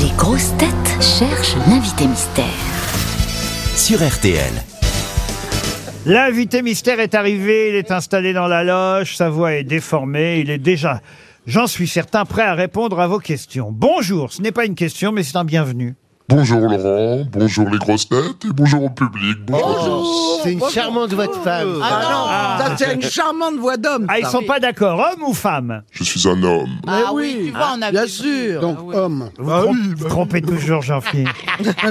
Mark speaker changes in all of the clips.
Speaker 1: Les grosses têtes cherchent l'invité mystère.
Speaker 2: sur RTL.
Speaker 3: L'invité mystère est arrivé, il est installé dans la loge, sa voix est déformée, il est déjà, j'en suis certain, prêt à répondre à vos questions. Bonjour, ce n'est pas une question, mais c'est un bienvenu.
Speaker 4: Bonjour Laurent, bonjour les grosses têtes et bonjour au public. Bonjour à tous.
Speaker 5: C'est une charmante voix de femme.
Speaker 6: Ah non, ça c'est une charmante voix d'homme.
Speaker 3: Ah, ils sont pas d'accord, homme ou femme
Speaker 4: Je suis un homme.
Speaker 6: Ah oui, tu vois, on a bien sûr.
Speaker 5: Donc, homme.
Speaker 3: Vous trom- vous trompez toujours, Jean-Philippe.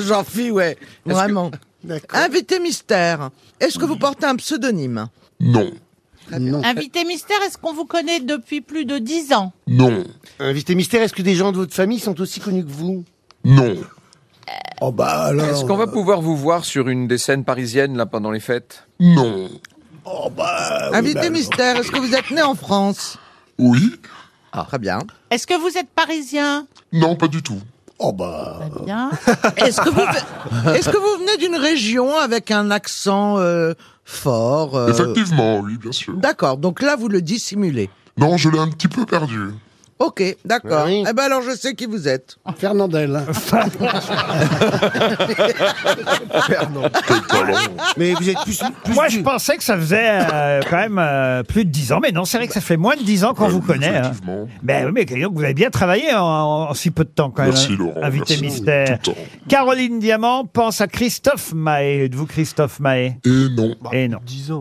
Speaker 6: J'en fis, ouais, Ah. vraiment. Invité mystère, est-ce que vous portez un pseudonyme
Speaker 4: Non,
Speaker 5: Non.
Speaker 7: Invité mystère, est-ce qu'on vous connaît depuis plus de 10 ans
Speaker 4: non,
Speaker 5: Invité mystère, est-ce que des gens de votre famille sont aussi connus que vous
Speaker 4: non,
Speaker 5: Oh bah
Speaker 8: Est-ce qu'on va pouvoir vous voir sur une des scènes parisiennes là pendant les fêtes
Speaker 4: non.
Speaker 6: Invité mystère, est-ce que vous êtes né en France
Speaker 4: Oui,
Speaker 6: Très bien.
Speaker 7: Est-ce que vous êtes parisien
Speaker 4: non, pas du tout.
Speaker 7: Très bien.
Speaker 6: Est-ce que, vous... est-ce que vous venez d'une région avec un accent euh, fort euh,
Speaker 4: Effectivement, oui, bien sûr.
Speaker 6: D'accord, donc là vous le dissimulez.
Speaker 4: Non, je l'ai un petit peu perdu.
Speaker 6: Ok, d'accord.
Speaker 5: Oui.
Speaker 6: Eh ben alors je sais qui vous êtes.
Speaker 5: Fernandel.
Speaker 4: Quel talent.
Speaker 5: Mais vous êtes plus. plus
Speaker 3: Moi, je pensais que ça faisait euh, quand même euh, plus de 10 ans, mais non, c'est vrai que ça fait moins de 10 ans qu'on
Speaker 4: Ouais,
Speaker 3: vous
Speaker 4: oui,
Speaker 3: connaît. hein.
Speaker 4: Euh, effectivement.
Speaker 3: Ben oui, mais disons que vous avez bien travaillé en, en si peu de temps quand même.
Speaker 4: Merci
Speaker 3: hein,
Speaker 4: Laurent.
Speaker 3: Invité
Speaker 4: merci.
Speaker 3: mystère.
Speaker 4: Tout le temps.
Speaker 3: Caroline Diamant pense à Christophe Maé. Êtes-vous Christophe Maé
Speaker 4: Et non,
Speaker 3: Eh non.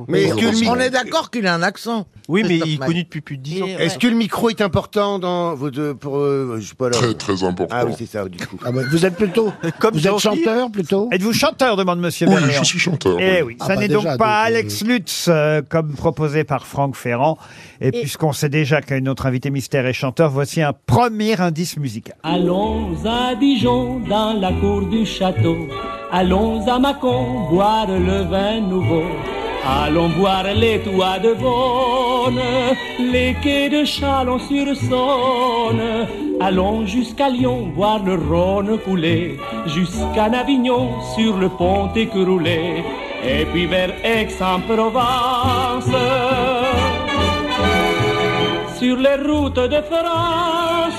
Speaker 5: Mais est-ce que, le mi-
Speaker 6: On est d'accord qu'il a un accent.
Speaker 9: Oui, mais
Speaker 6: Christophe
Speaker 9: il est
Speaker 6: Maé.
Speaker 9: connu depuis plus de 10 ans.
Speaker 7: Et,
Speaker 5: est-ce
Speaker 7: ouais.
Speaker 5: que le micro est important dans vos deux. Pour, euh, je sais pas là.
Speaker 4: très très important.
Speaker 5: Ah oui, c'est ça, du coup.
Speaker 8: bah
Speaker 9: Vous êtes plutôt. Comme vous êtes chanteur plutôt Ah, bah
Speaker 3: Êtes-vous chanteur demande Monsieur
Speaker 4: oui,
Speaker 3: Berléand.
Speaker 4: je suis chanteur.
Speaker 3: Eh
Speaker 4: oui.
Speaker 3: oui, ça n'est donc pas Alex Lutz, euh, comme proposé par Franck Ferrand. Et, puisqu'on sait déjà que notre invité mystère est chanteur, voici un premier indice musical.
Speaker 10: Allons à Dijon, dans la cour du château. Allons à Mâcon, boire le vin nouveau. Allons voir les toits de Beaune, les quais de Chalon-sur-Saône. Allons jusqu'à Lyon, voir le Rhône couler. Jusqu'à Navignon, sur le pont écroulé. Et puis vers Aix-en-Provence sur les routes de France.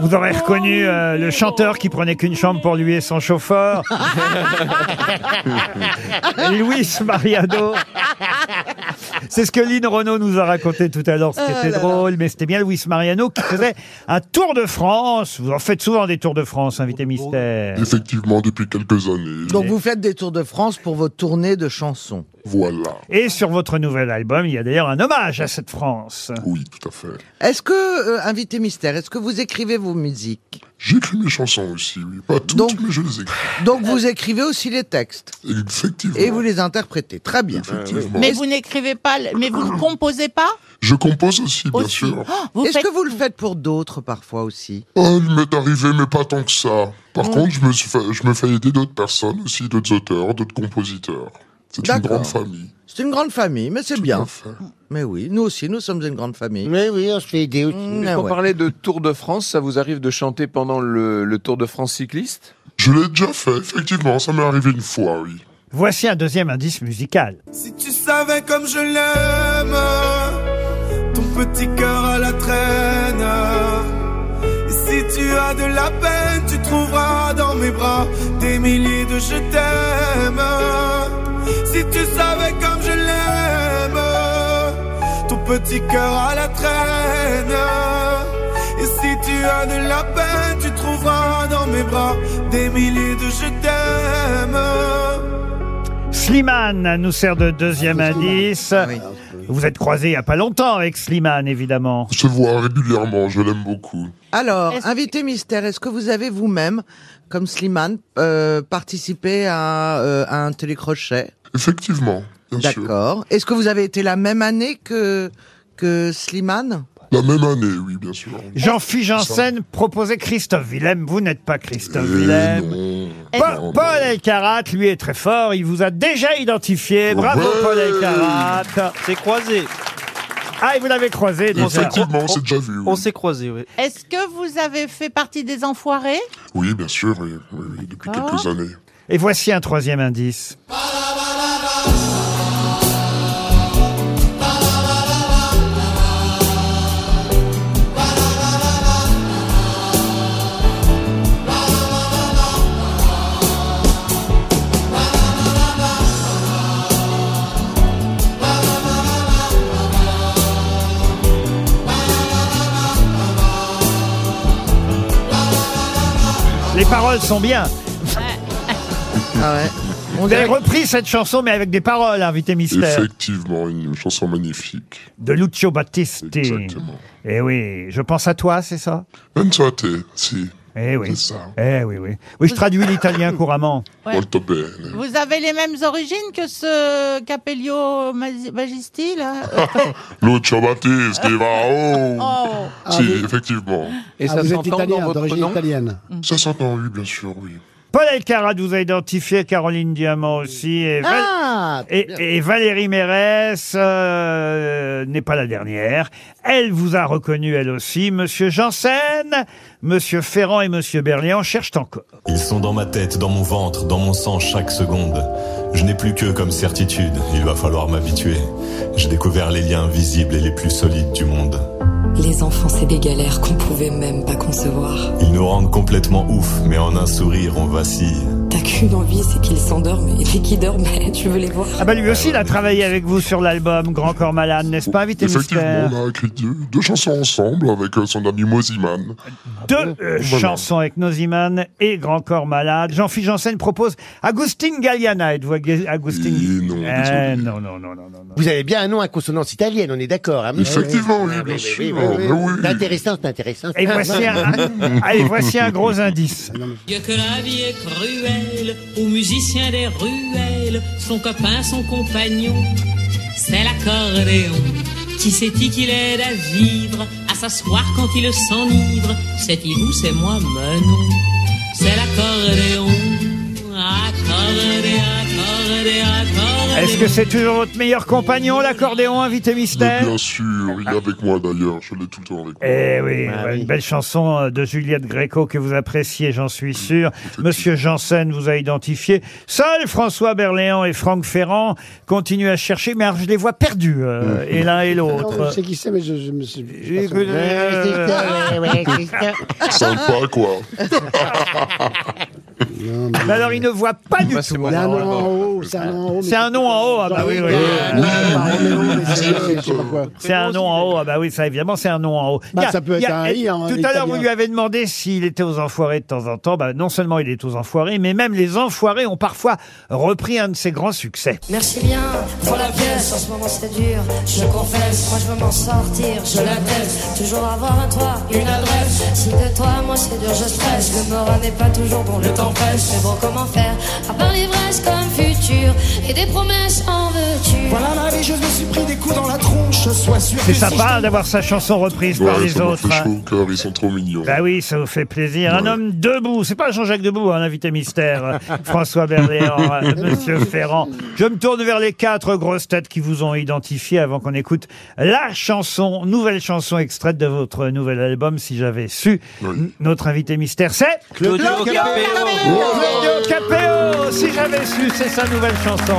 Speaker 3: Vous aurez reconnu euh, le chanteur qui prenait qu'une chambre pour lui et son chauffeur. Luis Mariano. C'est ce que Lynn Renault nous a raconté tout à l'heure. C'était drôle, mais c'était bien Luis Mariano qui faisait un tour de France. Vous en faites souvent des tours de France, invité mystère.
Speaker 4: Effectivement, depuis quelques années.
Speaker 6: Donc vous faites des tours de France pour votre tournée de chansons.
Speaker 4: Voilà.
Speaker 3: Et sur votre nouvel album, il y a d'ailleurs un hommage à cette France.
Speaker 4: Oui, tout à fait.
Speaker 6: Est-ce que, euh, invité mystère, est-ce que vous écrivez vos musiques
Speaker 4: J'écris mes chansons aussi, oui. Pas toutes,
Speaker 6: Donc-
Speaker 4: mais je les écris.
Speaker 6: Donc vous écrivez aussi les textes
Speaker 4: Effectivement.
Speaker 6: et vous les interprétez. Très bien.
Speaker 4: Effectivement.
Speaker 7: mais vous n'écrivez pas, le- mais vous ne composez pas
Speaker 4: Je compose aussi, bien
Speaker 7: aussi.
Speaker 4: sûr.
Speaker 7: Oh, vous
Speaker 6: Est-ce
Speaker 7: faites-
Speaker 6: que vous le faites pour d'autres parfois aussi
Speaker 4: Oh, il m'est arrivé, mais pas tant que ça. Par contre, je me, suis fait- je me fais aider d'autres personnes aussi, d'autres auteurs, d'autres compositeurs. C'est une
Speaker 6: D'accord.
Speaker 4: grande famille.
Speaker 6: C'est une grande famille, mais c'est bien.
Speaker 4: Enfin,
Speaker 6: Mais oui, nous aussi, nous sommes une grande famille.
Speaker 5: Mais oui, on se fait aider aussi.
Speaker 6: Mmh,
Speaker 8: Est-ce
Speaker 6: ah
Speaker 8: qu'on
Speaker 6: ouais.
Speaker 8: parlait de Tour de France Ça vous arrive de chanter pendant le, le Tour de France cycliste
Speaker 4: Je l'ai déjà fait, effectivement, ça m'est arrivé une fois, oui.
Speaker 3: Voici un deuxième indice musical.
Speaker 11: Si tu savais comme je l'aime, ton petit cœur à la traîne. Et si tu as de la peine, tu trouveras dans mes bras des milliers de je t'aime. Si tu savais comme je l'aime, ton petit cœur à la traîne. Et si tu as de la peine, tu trouveras dans mes bras des milliers de je t'aime.
Speaker 3: Slimane nous sert de deuxième indice.
Speaker 6: oui.
Speaker 3: Vous êtes croisé il n'y a pas longtemps avec Slimane, évidemment.
Speaker 4: Je vois régulièrement, je l'aime beaucoup.
Speaker 6: Alors,
Speaker 7: Est-ce-
Speaker 6: invité mystère, est-ce que vous avez vous-même, comme Slimane, euh, participé à, euh, à un télécrochet
Speaker 4: Effectivement, bien sûr.
Speaker 6: D'accord. Est-ce que vous avez été la même année que, que Slimane
Speaker 4: La même année, oui, bien sûr.
Speaker 3: Jean-Philippe Janssen proposait Christophe Willem. Vous n'êtes pas Christophe
Speaker 4: Eh
Speaker 3: Willem.
Speaker 4: non.
Speaker 3: Pa-
Speaker 4: non,
Speaker 3: Paul
Speaker 4: non.
Speaker 3: Elkarat, lui, est très fort. Il vous a déjà identifié. Bravo,
Speaker 4: Ouais.
Speaker 3: Paul Elkarat.
Speaker 9: C'est croisé.
Speaker 3: Ah, et vous l'avez croisé déjà.
Speaker 4: Effectivement,
Speaker 9: On-
Speaker 4: c'est déjà vu.
Speaker 9: On
Speaker 4: Oui,
Speaker 9: s'est croisé, oui.
Speaker 7: Est-ce que vous avez fait partie des enfoirés
Speaker 4: Oui, bien sûr, oui, oui, oui, depuis
Speaker 7: D'accord.
Speaker 4: quelques années.
Speaker 3: Et voici un troisième indice. Les paroles sont bien. Vous avez repris cette chanson, mais avec des paroles, invité mystère.
Speaker 4: Effectivement, une chanson magnifique.
Speaker 3: De Lucio Battisti.
Speaker 4: Exactement.
Speaker 3: Eh oui, je pense à toi, c'est ça
Speaker 4: Bonne santé, si.
Speaker 3: Eh oui.
Speaker 4: C'est ça. hein.
Speaker 3: Eh oui, oui. Oui, je traduis l'italien couramment.
Speaker 12: Ouais.
Speaker 4: Molto bene.
Speaker 12: Vous avez les mêmes origines que ce Capello Mas- Magisti,
Speaker 7: euh,
Speaker 12: là
Speaker 4: Lucio Battisti, va oh.
Speaker 12: Oh.
Speaker 4: Si,
Speaker 8: Ah oui.
Speaker 4: effectivement.
Speaker 8: Et Ah, ça vous êtes s'entend dans italien, votre d'origine nom italienne.
Speaker 4: Ça s'entend, oui, bien sûr, oui.
Speaker 3: Paul Elkarat vous a identifié, Caroline Diamant aussi, et, Val-
Speaker 13: Ah,
Speaker 3: et- et Valérie Mérès euh, n'est pas la dernière. Elle vous a reconnu, elle aussi. Monsieur Janssen, Monsieur Ferrand et Monsieur Bernier en cherchent encore.
Speaker 11: Ils sont dans ma tête, dans mon ventre, dans mon sang chaque seconde. Je n'ai plus que comme certitude, il va falloir m'habituer. J'ai découvert les liens visibles et les plus solides du monde.
Speaker 1: Les enfants, c'est des galères qu'on pouvait même pas concevoir.
Speaker 11: Ils nous rendent complètement ouf, mais en un sourire on vacille.
Speaker 1: T'as qu'une envie, c'est qu'ils s'endorment. Et dès qu'ils dorment, tu veux les voir.
Speaker 3: Ah bah lui aussi, il a travaillé avec vous sur l'album Grand Corps Malade, n'est-ce pas, invité
Speaker 4: Effectivement,
Speaker 3: mystère
Speaker 4: on a écrit deux, deux chansons ensemble avec euh, son ami Moziman.
Speaker 3: Deux euh,
Speaker 4: Voilà.
Speaker 3: chansons avec Noziman et Grand Corps Malade. Jean-Philippe Janssen propose Agustin Galliana. Êtes-vous Ag- Agustin Eh, non, non, non, non, non.
Speaker 5: Vous avez bien un nom à consonance italienne, on est d'accord. hein, monsieur
Speaker 4: Effectivement, oui, bien
Speaker 5: Oui,
Speaker 4: sûr.
Speaker 5: oui, oui,
Speaker 8: Ah
Speaker 4: mais
Speaker 5: oui.
Speaker 4: oui.
Speaker 5: C'est intéressant, c'est intéressant.
Speaker 3: Et voici un, allez, voici un gros indice.
Speaker 10: Dieu que la vie est cruelle, aux musiciens des ruelles, son copain, son compagnon, c'est l'accordéon. Qui sait-il qu'il aide à vivre, à s'asseoir quand il s'enivre C'est-il vous, c'est moi, mais non, c'est l'accordéon. Accordé, accordé, accordé.
Speaker 3: Est-ce que c'est toujours votre meilleur compagnon, l'accordéon, invité
Speaker 4: Mais
Speaker 3: mystère
Speaker 4: bien sûr, il est avec moi d'ailleurs, je l'ai tout le temps avec moi.
Speaker 3: Eh oui, ouais, une belle chanson euh, de Juliette Gréco que vous appréciez, j'en suis sûr. Monsieur Janssen vous a identifié. Seuls François Berléand et Franck Ferrand continuent à chercher, mais alors je les vois perdus, euh, et l'un et
Speaker 8: Non,
Speaker 3: l'autre. euh,
Speaker 8: je sais qui c'est, mais je, je me suis.
Speaker 3: Et que-
Speaker 4: Sympa, quoi.
Speaker 3: Mais alors ils ne voient pas du tout.
Speaker 8: Bah,
Speaker 5: Ah
Speaker 8: C'est un nom en haut, c'est un nom en haut.
Speaker 3: C'est un nom en haut, ah bah oui, oui.
Speaker 8: Ah,
Speaker 3: C'est un nom en haut, ah bah oui, ça évidemment, c'est un nom en haut. Il
Speaker 8: Bah,
Speaker 3: y a-
Speaker 8: ça peut
Speaker 3: il y a-
Speaker 8: être un i, hein,
Speaker 3: Tout à
Speaker 8: l'italien.
Speaker 3: l'heure, vous lui avez demandé s'il était aux enfoirés de temps en temps. Bah, non seulement il est aux enfoirés, mais même les enfoirés ont parfois repris un de ses grands succès.
Speaker 14: Merci bien pour la pièce, en ce moment c'est dur, je confesse, moi je veux m'en sortir, je l'atteste, toujours avoir un toit, une adresse, si de toi moi c'est dur, je stresse, le moral n'est pas toujours bon, le temps presse, mais bon comment faire, à part l'ivresse comme futur, et des promesses en veux-tu
Speaker 15: Voilà la vie, je me suis pris des coups dans la tronche, sois sûr
Speaker 3: C'est
Speaker 15: que si je
Speaker 3: sympa d'avoir sa chanson reprise par
Speaker 4: Ouais,
Speaker 3: les
Speaker 4: ça me
Speaker 3: autres.
Speaker 4: fait chaud
Speaker 3: hein.
Speaker 4: au cœur, ils sont trop mignons.
Speaker 3: Bah oui, ça vous fait plaisir. Un homme debout, c'est pas Jean-Jacques Debout, hein, l'invité mystère, euh, François Berléand, euh, Monsieur Ferrand. Je me tourne vers les quatre grosses têtes qui vous ont identifié avant qu'on écoute la chanson, nouvelle chanson extraite de votre nouvel album, si j'avais su. N- Notre invité mystère, c'est
Speaker 15: Claudio Claudio Capéo. Capéo.
Speaker 3: Claudio Capéo, si j'avais su, c'est sa nouvelle chanson.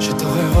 Speaker 6: Je t'aurais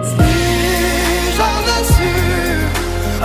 Speaker 15: Si j'avais su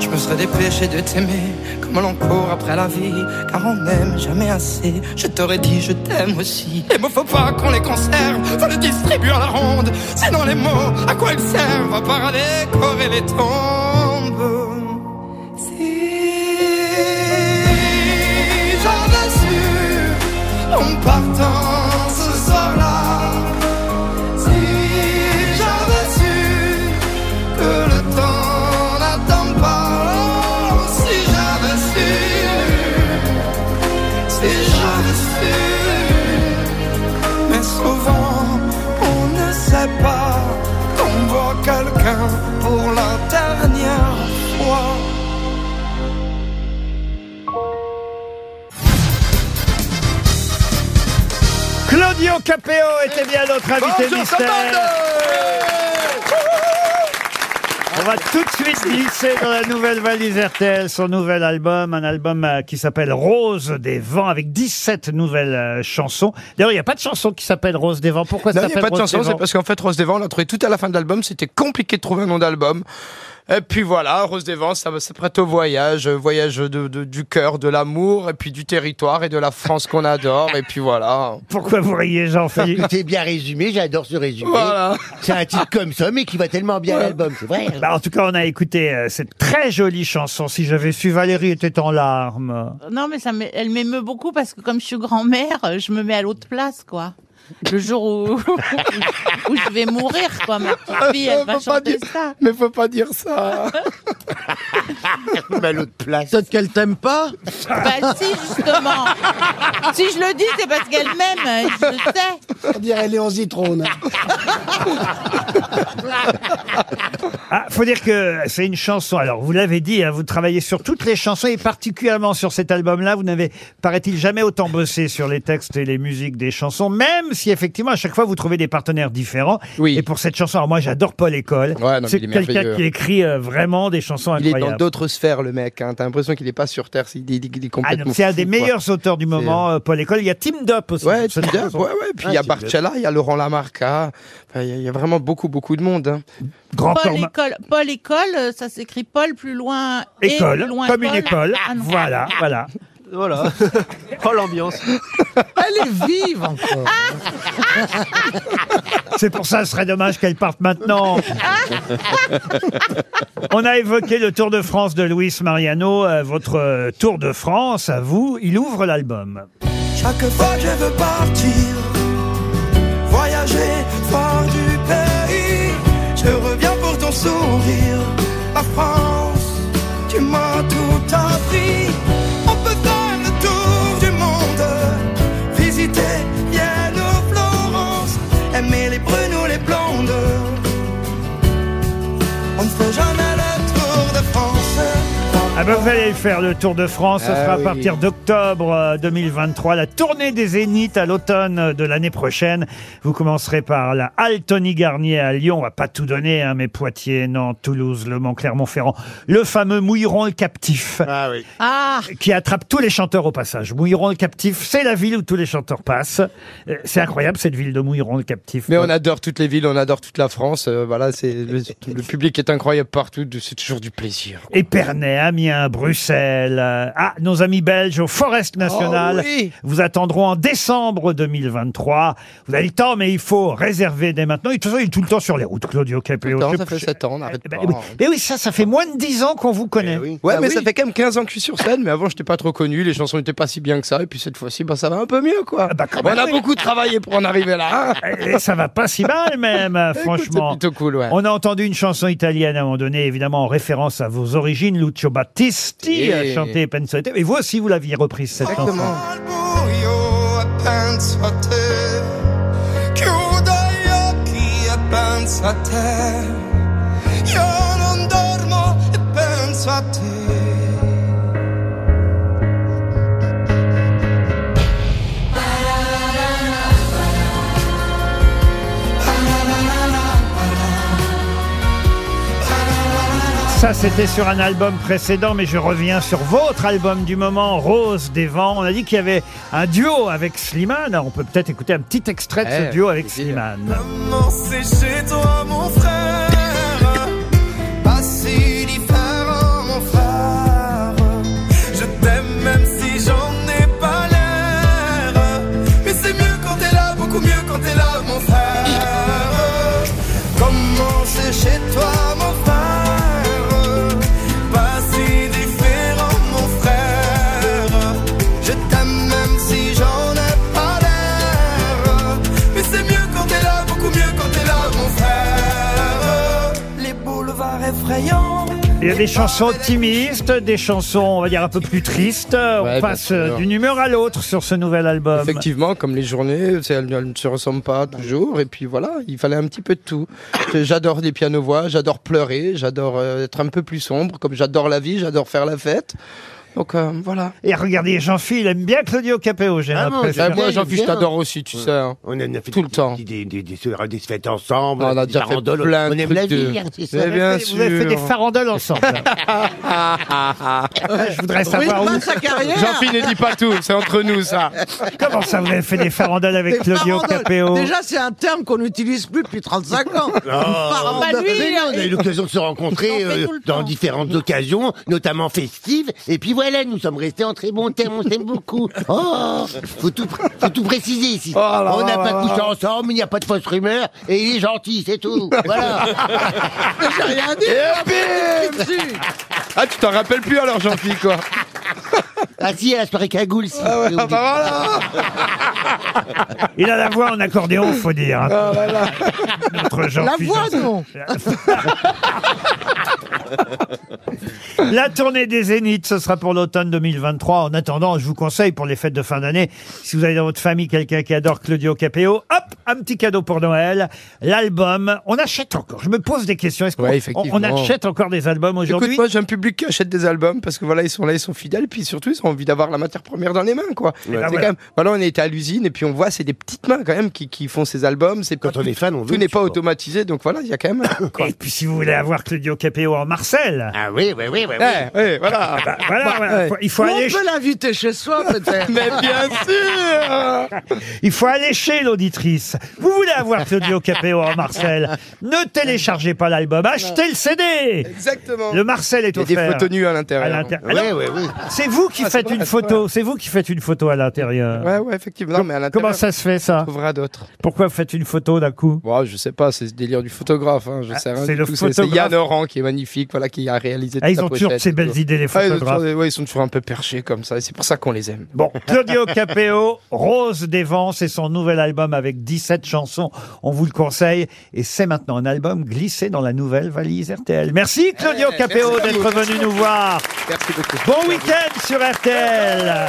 Speaker 16: Je me serais dépêché de t'aimer comme l'on court après la vie, car on n'aime jamais assez. Je t'aurais dit je t'aime aussi. Les mots faut pas qu'on les conserve, faut les distribuer à la ronde. Sinon les mots, à quoi ils servent à part à décorer les tombes
Speaker 6: Si j'avais su, en partant ce soir-là, si j'avais su que le temps n'attend pas, oh, si j'avais su, si j'avais su, mais souvent on ne sait pas qu'on voit quelqu'un pour la dernière fois.
Speaker 3: Claudio Capéo était bien notre invité
Speaker 6: Bonjour,
Speaker 3: mystère. On va tout de suite glisser dans la nouvelle valise RTL, son nouvel album, un album euh, qui s'appelle Rose des Vents, avec 17 nouvelles euh, chansons. D'ailleurs, il n'y a pas de chanson qui s'appelle Rose des Vents. Pourquoi ça
Speaker 8: Non, il n'y a
Speaker 3: s'appelle
Speaker 8: pas de
Speaker 3: Rose
Speaker 8: chanson,
Speaker 3: des
Speaker 8: c'est
Speaker 3: Vents
Speaker 8: parce qu'en fait, Rose des Vents, on l'a trouvé tout à la fin de l'album, c'était compliqué de trouver un nom d'album. Et puis voilà, Rose des Vents, ça s'apprête au voyage, euh, voyage de- de- du cœur, de l'amour, et puis du territoire et de la France qu'on adore, et puis voilà.
Speaker 3: Pourquoi vous riez, Jean-Philippe
Speaker 5: C'est bien résumé, j'adore ce résumé.
Speaker 8: Voilà.
Speaker 5: C'est un titre comme ça, mais qui va tellement bien à l'album, c'est vrai.
Speaker 3: Bah, en tout cas, on a écouté euh, cette très jolie chanson. Si j'avais su, Valérie était en larmes.
Speaker 7: Non, mais ça m'é- elle m'émeut beaucoup parce que comme je suis grand-mère, euh, je me mets à l'autre place, quoi. Le jour où, où je vais mourir, quoi, ma petite fille, Ah elle va chanter ça.
Speaker 8: Mais faut pas dire ça.
Speaker 5: Mais à l'autre place.
Speaker 17: Peut-être qu'elle t'aime pas
Speaker 7: Bah si, justement. si je le dis, c'est parce qu'elle m'aime, hein, je le sais.
Speaker 9: On dirait Léon Zitrone.
Speaker 3: Ah, faut dire que c'est une chanson. Alors, vous l'avez dit, hein, vous travaillez sur toutes les chansons et particulièrement sur cet album-là. Vous n'avez, paraît-il, jamais autant bossé sur les textes et les musiques des chansons, même si effectivement, à chaque fois, vous trouvez des partenaires différents. Oui. Et pour cette chanson, alors moi, j'adore Paul École.
Speaker 8: Ouais, non, mais
Speaker 3: c'est
Speaker 8: il est
Speaker 3: quelqu'un
Speaker 8: merveilleux.
Speaker 3: qui écrit euh, vraiment des chansons
Speaker 8: Il est
Speaker 3: incroyables.
Speaker 8: dans d'autres sphères, le mec. Hein. T'as l'impression qu'il est pas sur Terre, il, il- il est
Speaker 3: Ah
Speaker 8: complètement.
Speaker 3: non, c'est un des
Speaker 8: fou, quoi.
Speaker 3: meilleurs auteurs du moment, euh, Paul École. Il y a Tim Dup aussi.
Speaker 8: Ouais,
Speaker 3: Cette
Speaker 8: Tim Dup,
Speaker 3: chanson.
Speaker 8: ouais, ouais. Puis il y a
Speaker 3: Ah, Tim Dup.
Speaker 8: Barcella, il y a Laurent Lamarca. Enfin, Il y, a- il y a vraiment beaucoup, beaucoup de monde. hein.
Speaker 7: Paul école, Paul école, euh, ça s'écrit Paul plus loin. et
Speaker 8: École,
Speaker 7: plus loin
Speaker 8: comme une
Speaker 7: Paul.
Speaker 8: école.
Speaker 7: Ah non.
Speaker 3: Voilà, voilà.
Speaker 18: Voilà. Oh l'ambiance.
Speaker 17: Elle est vive encore.
Speaker 3: C'est pour ça, ce serait dommage qu'elle parte maintenant. On a évoqué le Tour de France de Luis Mariano, euh, votre euh, Tour de France, à vous. Il ouvre l'album.
Speaker 6: Chaque fois que je veux partir, voyager fort du pays, je reviens pour ton sourire. Ma France, tu m'as tout appris. On peut faire le tour du monde, visiter Vienne ou Florence, aimer les brunes ou les blondes. On ne fait jamais le tour de France.
Speaker 3: Ah ben, vous allez faire le Tour de France, ce
Speaker 6: Ah
Speaker 3: sera à
Speaker 6: oui.
Speaker 3: partir d'octobre euh, 2023, la tournée des Zéniths à l'automne de l'année prochaine. Vous commencerez par la halle Tony Garnier à Lyon, on va pas tout donner, hein, mais Poitiers, Nantes, Toulouse, Le Mans, Clermont-Ferrand, le fameux Mouilleron le Captif.
Speaker 5: Ah oui.
Speaker 7: Ah
Speaker 3: qui attrape tous les chanteurs au passage. Mouilleron le Captif, c'est la ville où tous les chanteurs passent. Euh, C'est incroyable cette ville de Mouilleron le Captif.
Speaker 8: Mais on adore toutes les villes, on adore toute la France. euh, voilà, c'est le, le public est incroyable partout. C'est toujours du plaisir.
Speaker 3: Épernay, Amiens, Bruxelles. euh, Ah, nos amis belges au Forest National
Speaker 8: Oh oui
Speaker 3: vous attendront en décembre 2023. Vous avez le temps, mais il faut réserver dès maintenant. Et de toute façon, il est tout le temps sur les routes, Claudio Capello.
Speaker 8: Attends,
Speaker 3: Je-
Speaker 8: ça fait 7 ans, on n'arrête
Speaker 3: Eh ben
Speaker 8: pas.
Speaker 3: oui. Mais oui, ça, ça fait moins de 10 ans qu'on vous connaît.
Speaker 8: Ouais,
Speaker 3: Ah
Speaker 8: mais
Speaker 3: oui.
Speaker 8: ça fait quand même 15 ans que je suis sur scène, mais avant, je n'étais pas trop connu, les chansons n'étaient pas si bien que ça, et puis cette fois-ci, bah, ça va un peu mieux, quoi. on
Speaker 3: Ah même,
Speaker 8: a
Speaker 3: oui.
Speaker 8: beaucoup travaillé pour en arriver là. hein.
Speaker 3: Et ça va pas si mal même, euh,
Speaker 8: Écoute,
Speaker 3: franchement.
Speaker 8: C'est plutôt cool, ouais.
Speaker 3: On a entendu une chanson italienne à un moment donné, évidemment en référence à vos origines. Lucio Battisti a
Speaker 8: Et-
Speaker 3: chanté Pensoete. Et vous aussi, vous l'aviez reprise cette chanson.
Speaker 6: buio e penso a te. Chiudo gli occhi e penso a te. Io non dormo e penso a te.
Speaker 3: Ça, c'était sur un album précédent, mais je reviens sur votre album du moment, Rose des Vents. On a dit qu'il y avait un duo avec Slimane. Alors, On peut peut-être écouter un petit extrait de
Speaker 6: Eh,
Speaker 3: ce duo avec Slimane.
Speaker 6: Maman, c'est chez toi, mon frère. Pas si différent, mon frère. Je t'aime même si j'en ai pas l'air. Mais c'est mieux quand t'es là, beaucoup mieux quand t'es là, mon frère. Comment c'est chez toi, mon frère. Pas si différent, mon frère. Je t'aime même si j'en ai pas l'air. Mais c'est mieux quand t'es là, beaucoup mieux quand t'es là, mon frère. Les boulevards effrayants.
Speaker 3: Il y a des chansons optimistes, des chansons, on va dire, un peu plus tristes. On
Speaker 8: Ouais, bien
Speaker 3: passe
Speaker 8: sûr.
Speaker 3: euh, d'une humeur à l'autre sur ce nouvel
Speaker 17: Euh,
Speaker 3: album.
Speaker 8: Effectivement, comme les journées, c'est- elles, elles ne se ressemblent pas toujours. Et puis voilà, il fallait un petit peu de tout. J'adore les pianos-voix, j'adore pleurer, j'adore euh, être un peu plus sombre, comme j'adore la vie, j'adore faire la fête. Donc euh, voilà.
Speaker 3: Et regardez, Jean-Phil aime bien Claudio Capéo, j'ai
Speaker 8: Ah bon,
Speaker 3: l'impression.
Speaker 8: j'aime bien, Ah, moi, Jean-Phil, je bien. t'adore aussi, tu sais, hein.
Speaker 19: On aime fait
Speaker 8: Tout le temps. Ah,
Speaker 19: Des, des, des, des, soirées, des fêtes ensemble.
Speaker 8: On a
Speaker 19: des
Speaker 8: déjà fait
Speaker 19: farandoles.
Speaker 8: plein de
Speaker 19: On aime
Speaker 8: trucs
Speaker 19: la
Speaker 8: de-
Speaker 19: vie. hein, c'est
Speaker 8: Mais
Speaker 19: ça.
Speaker 8: bien
Speaker 3: Vous avez fait
Speaker 8: sûr.
Speaker 3: des farandoles ensemble. Ah, je voudrais savoir Eh, où-
Speaker 8: Jean-Phil ne dit pas tout, c'est entre nous ça.
Speaker 3: Comment ça, vous avez fait des farandoles avec
Speaker 17: Des
Speaker 3: Claudio
Speaker 17: farandoles.
Speaker 3: Capéo
Speaker 17: Déjà, c'est un terme qu'on n'utilise plus depuis 35 ans. Parandole.
Speaker 5: Bah, lui, Mais non, on a eu l'occasion de se rencontrer euh, dans différentes occasions, notamment festives. Et puis voilà, nous sommes restés en très bons termes, on s'aime beaucoup. Oh, faut tout, pr- faut tout préciser ici.
Speaker 19: là
Speaker 5: on n'a
Speaker 19: là
Speaker 5: pas
Speaker 19: là
Speaker 5: couché
Speaker 19: là.
Speaker 5: ensemble, il n'y a pas de fausse rumeur, et il est gentil, c'est tout. Voilà.
Speaker 17: J'ai rien dit.
Speaker 8: Et bim Ah, tu t'en rappelles plus alors, Jean-Phil, quoi
Speaker 5: Ah si, à la soirée cagoule, si. Ah ouais,
Speaker 3: Il a la voix en accordéon, faut dire. hein.
Speaker 8: Ah,
Speaker 3: Notre
Speaker 17: Euh, La
Speaker 3: Jean-Phil
Speaker 17: voix,
Speaker 3: Janssen.
Speaker 17: non
Speaker 3: La tournée des Zéniths, ce sera pour l'automne 2023. En attendant, je vous conseille pour les fêtes de fin d'année, si vous avez dans votre famille quelqu'un qui adore Claudio Capéo, hop, un petit cadeau pour Noël, l'album. On achète encore. Je me pose des questions. Est-ce qu'on
Speaker 8: Ouais,
Speaker 3: on-
Speaker 8: effectivement.
Speaker 3: on achète encore des albums
Speaker 8: Écoute,
Speaker 3: aujourd'hui
Speaker 8: moi j'ai un public qui achète des albums parce que voilà, ils sont là, ils sont fidèles, puis surtout ils ont envie d'avoir la matière première dans les mains, quoi.
Speaker 3: Ouais.
Speaker 8: C'est
Speaker 3: Bah, voilà.
Speaker 8: quand même, voilà, on était à l'usine et puis on voit, c'est des petites mains quand même qui, qui font ces albums. C'est quand on est fan, on Tout n'est pas automatisé, donc voilà, il y a quand même.
Speaker 3: Et puis si vous voulez avoir Claudio Capéo en Marcel. bah,
Speaker 5: Ah oui, oui, oui, oui.
Speaker 8: Eh, eh, voilà.
Speaker 3: voilà, voilà. Faut- il faut
Speaker 17: Ou
Speaker 3: aller
Speaker 17: On peut l'inviter chez soi, peut-être.
Speaker 8: Mais bien sûr
Speaker 3: Il faut aller chez l'auditrice. Vous voulez avoir Claudio Capéo en Marcel Ne téléchargez pas l'album, achetez le CD
Speaker 8: Exactement.
Speaker 3: Le Marcel est
Speaker 8: Il y a des
Speaker 3: offert.
Speaker 8: photos nues à l'intérieur.
Speaker 3: l'intér-
Speaker 5: Ah
Speaker 8: Ouais,
Speaker 3: Alors,
Speaker 8: ouais, ouais.
Speaker 3: C'est vous qui
Speaker 8: Ah, c'est
Speaker 3: faites
Speaker 8: vrai,
Speaker 3: une
Speaker 8: c'est
Speaker 3: photo, c'est vous qui faites une photo à l'intérieur.
Speaker 8: Ouais, ouais, effectivement. Non, mais à l'intérieur,
Speaker 3: Comment ça se fait ça
Speaker 8: on trouvera d'autres.
Speaker 3: Pourquoi vous faites une photo d'un coup
Speaker 8: Bon, je sais pas, c'est ce délire du photographe. hein, je
Speaker 3: Ah,
Speaker 8: sais rien
Speaker 3: c'est
Speaker 8: du
Speaker 3: le
Speaker 8: tout. C'est c'est
Speaker 3: photographe.
Speaker 8: Yann Oran qui est magnifique, voilà, qui a réalisé.
Speaker 3: Ah,
Speaker 8: toute
Speaker 3: ils
Speaker 8: la
Speaker 3: ont toujours
Speaker 8: pochette
Speaker 3: ces
Speaker 8: et
Speaker 3: belles
Speaker 8: tout.
Speaker 3: idées, les
Speaker 8: Ah, ils ont
Speaker 3: photographes.
Speaker 8: toujours- ouais, ils sont toujours un peu perchés comme ça, et c'est pour ça qu'on les aime.
Speaker 3: Bon, Claudio Capéo, Rose des Vents, c'est son nouvel album avec 17 chansons. On vous le conseille. Et c'est maintenant un album glissé dans la nouvelle valise RTL. Merci Claudio
Speaker 8: Eh,
Speaker 3: Capéo
Speaker 8: merci à
Speaker 3: d'être
Speaker 8: vous.
Speaker 3: venu nous voir.
Speaker 8: Merci beaucoup.
Speaker 3: Bon week-end sur RTL.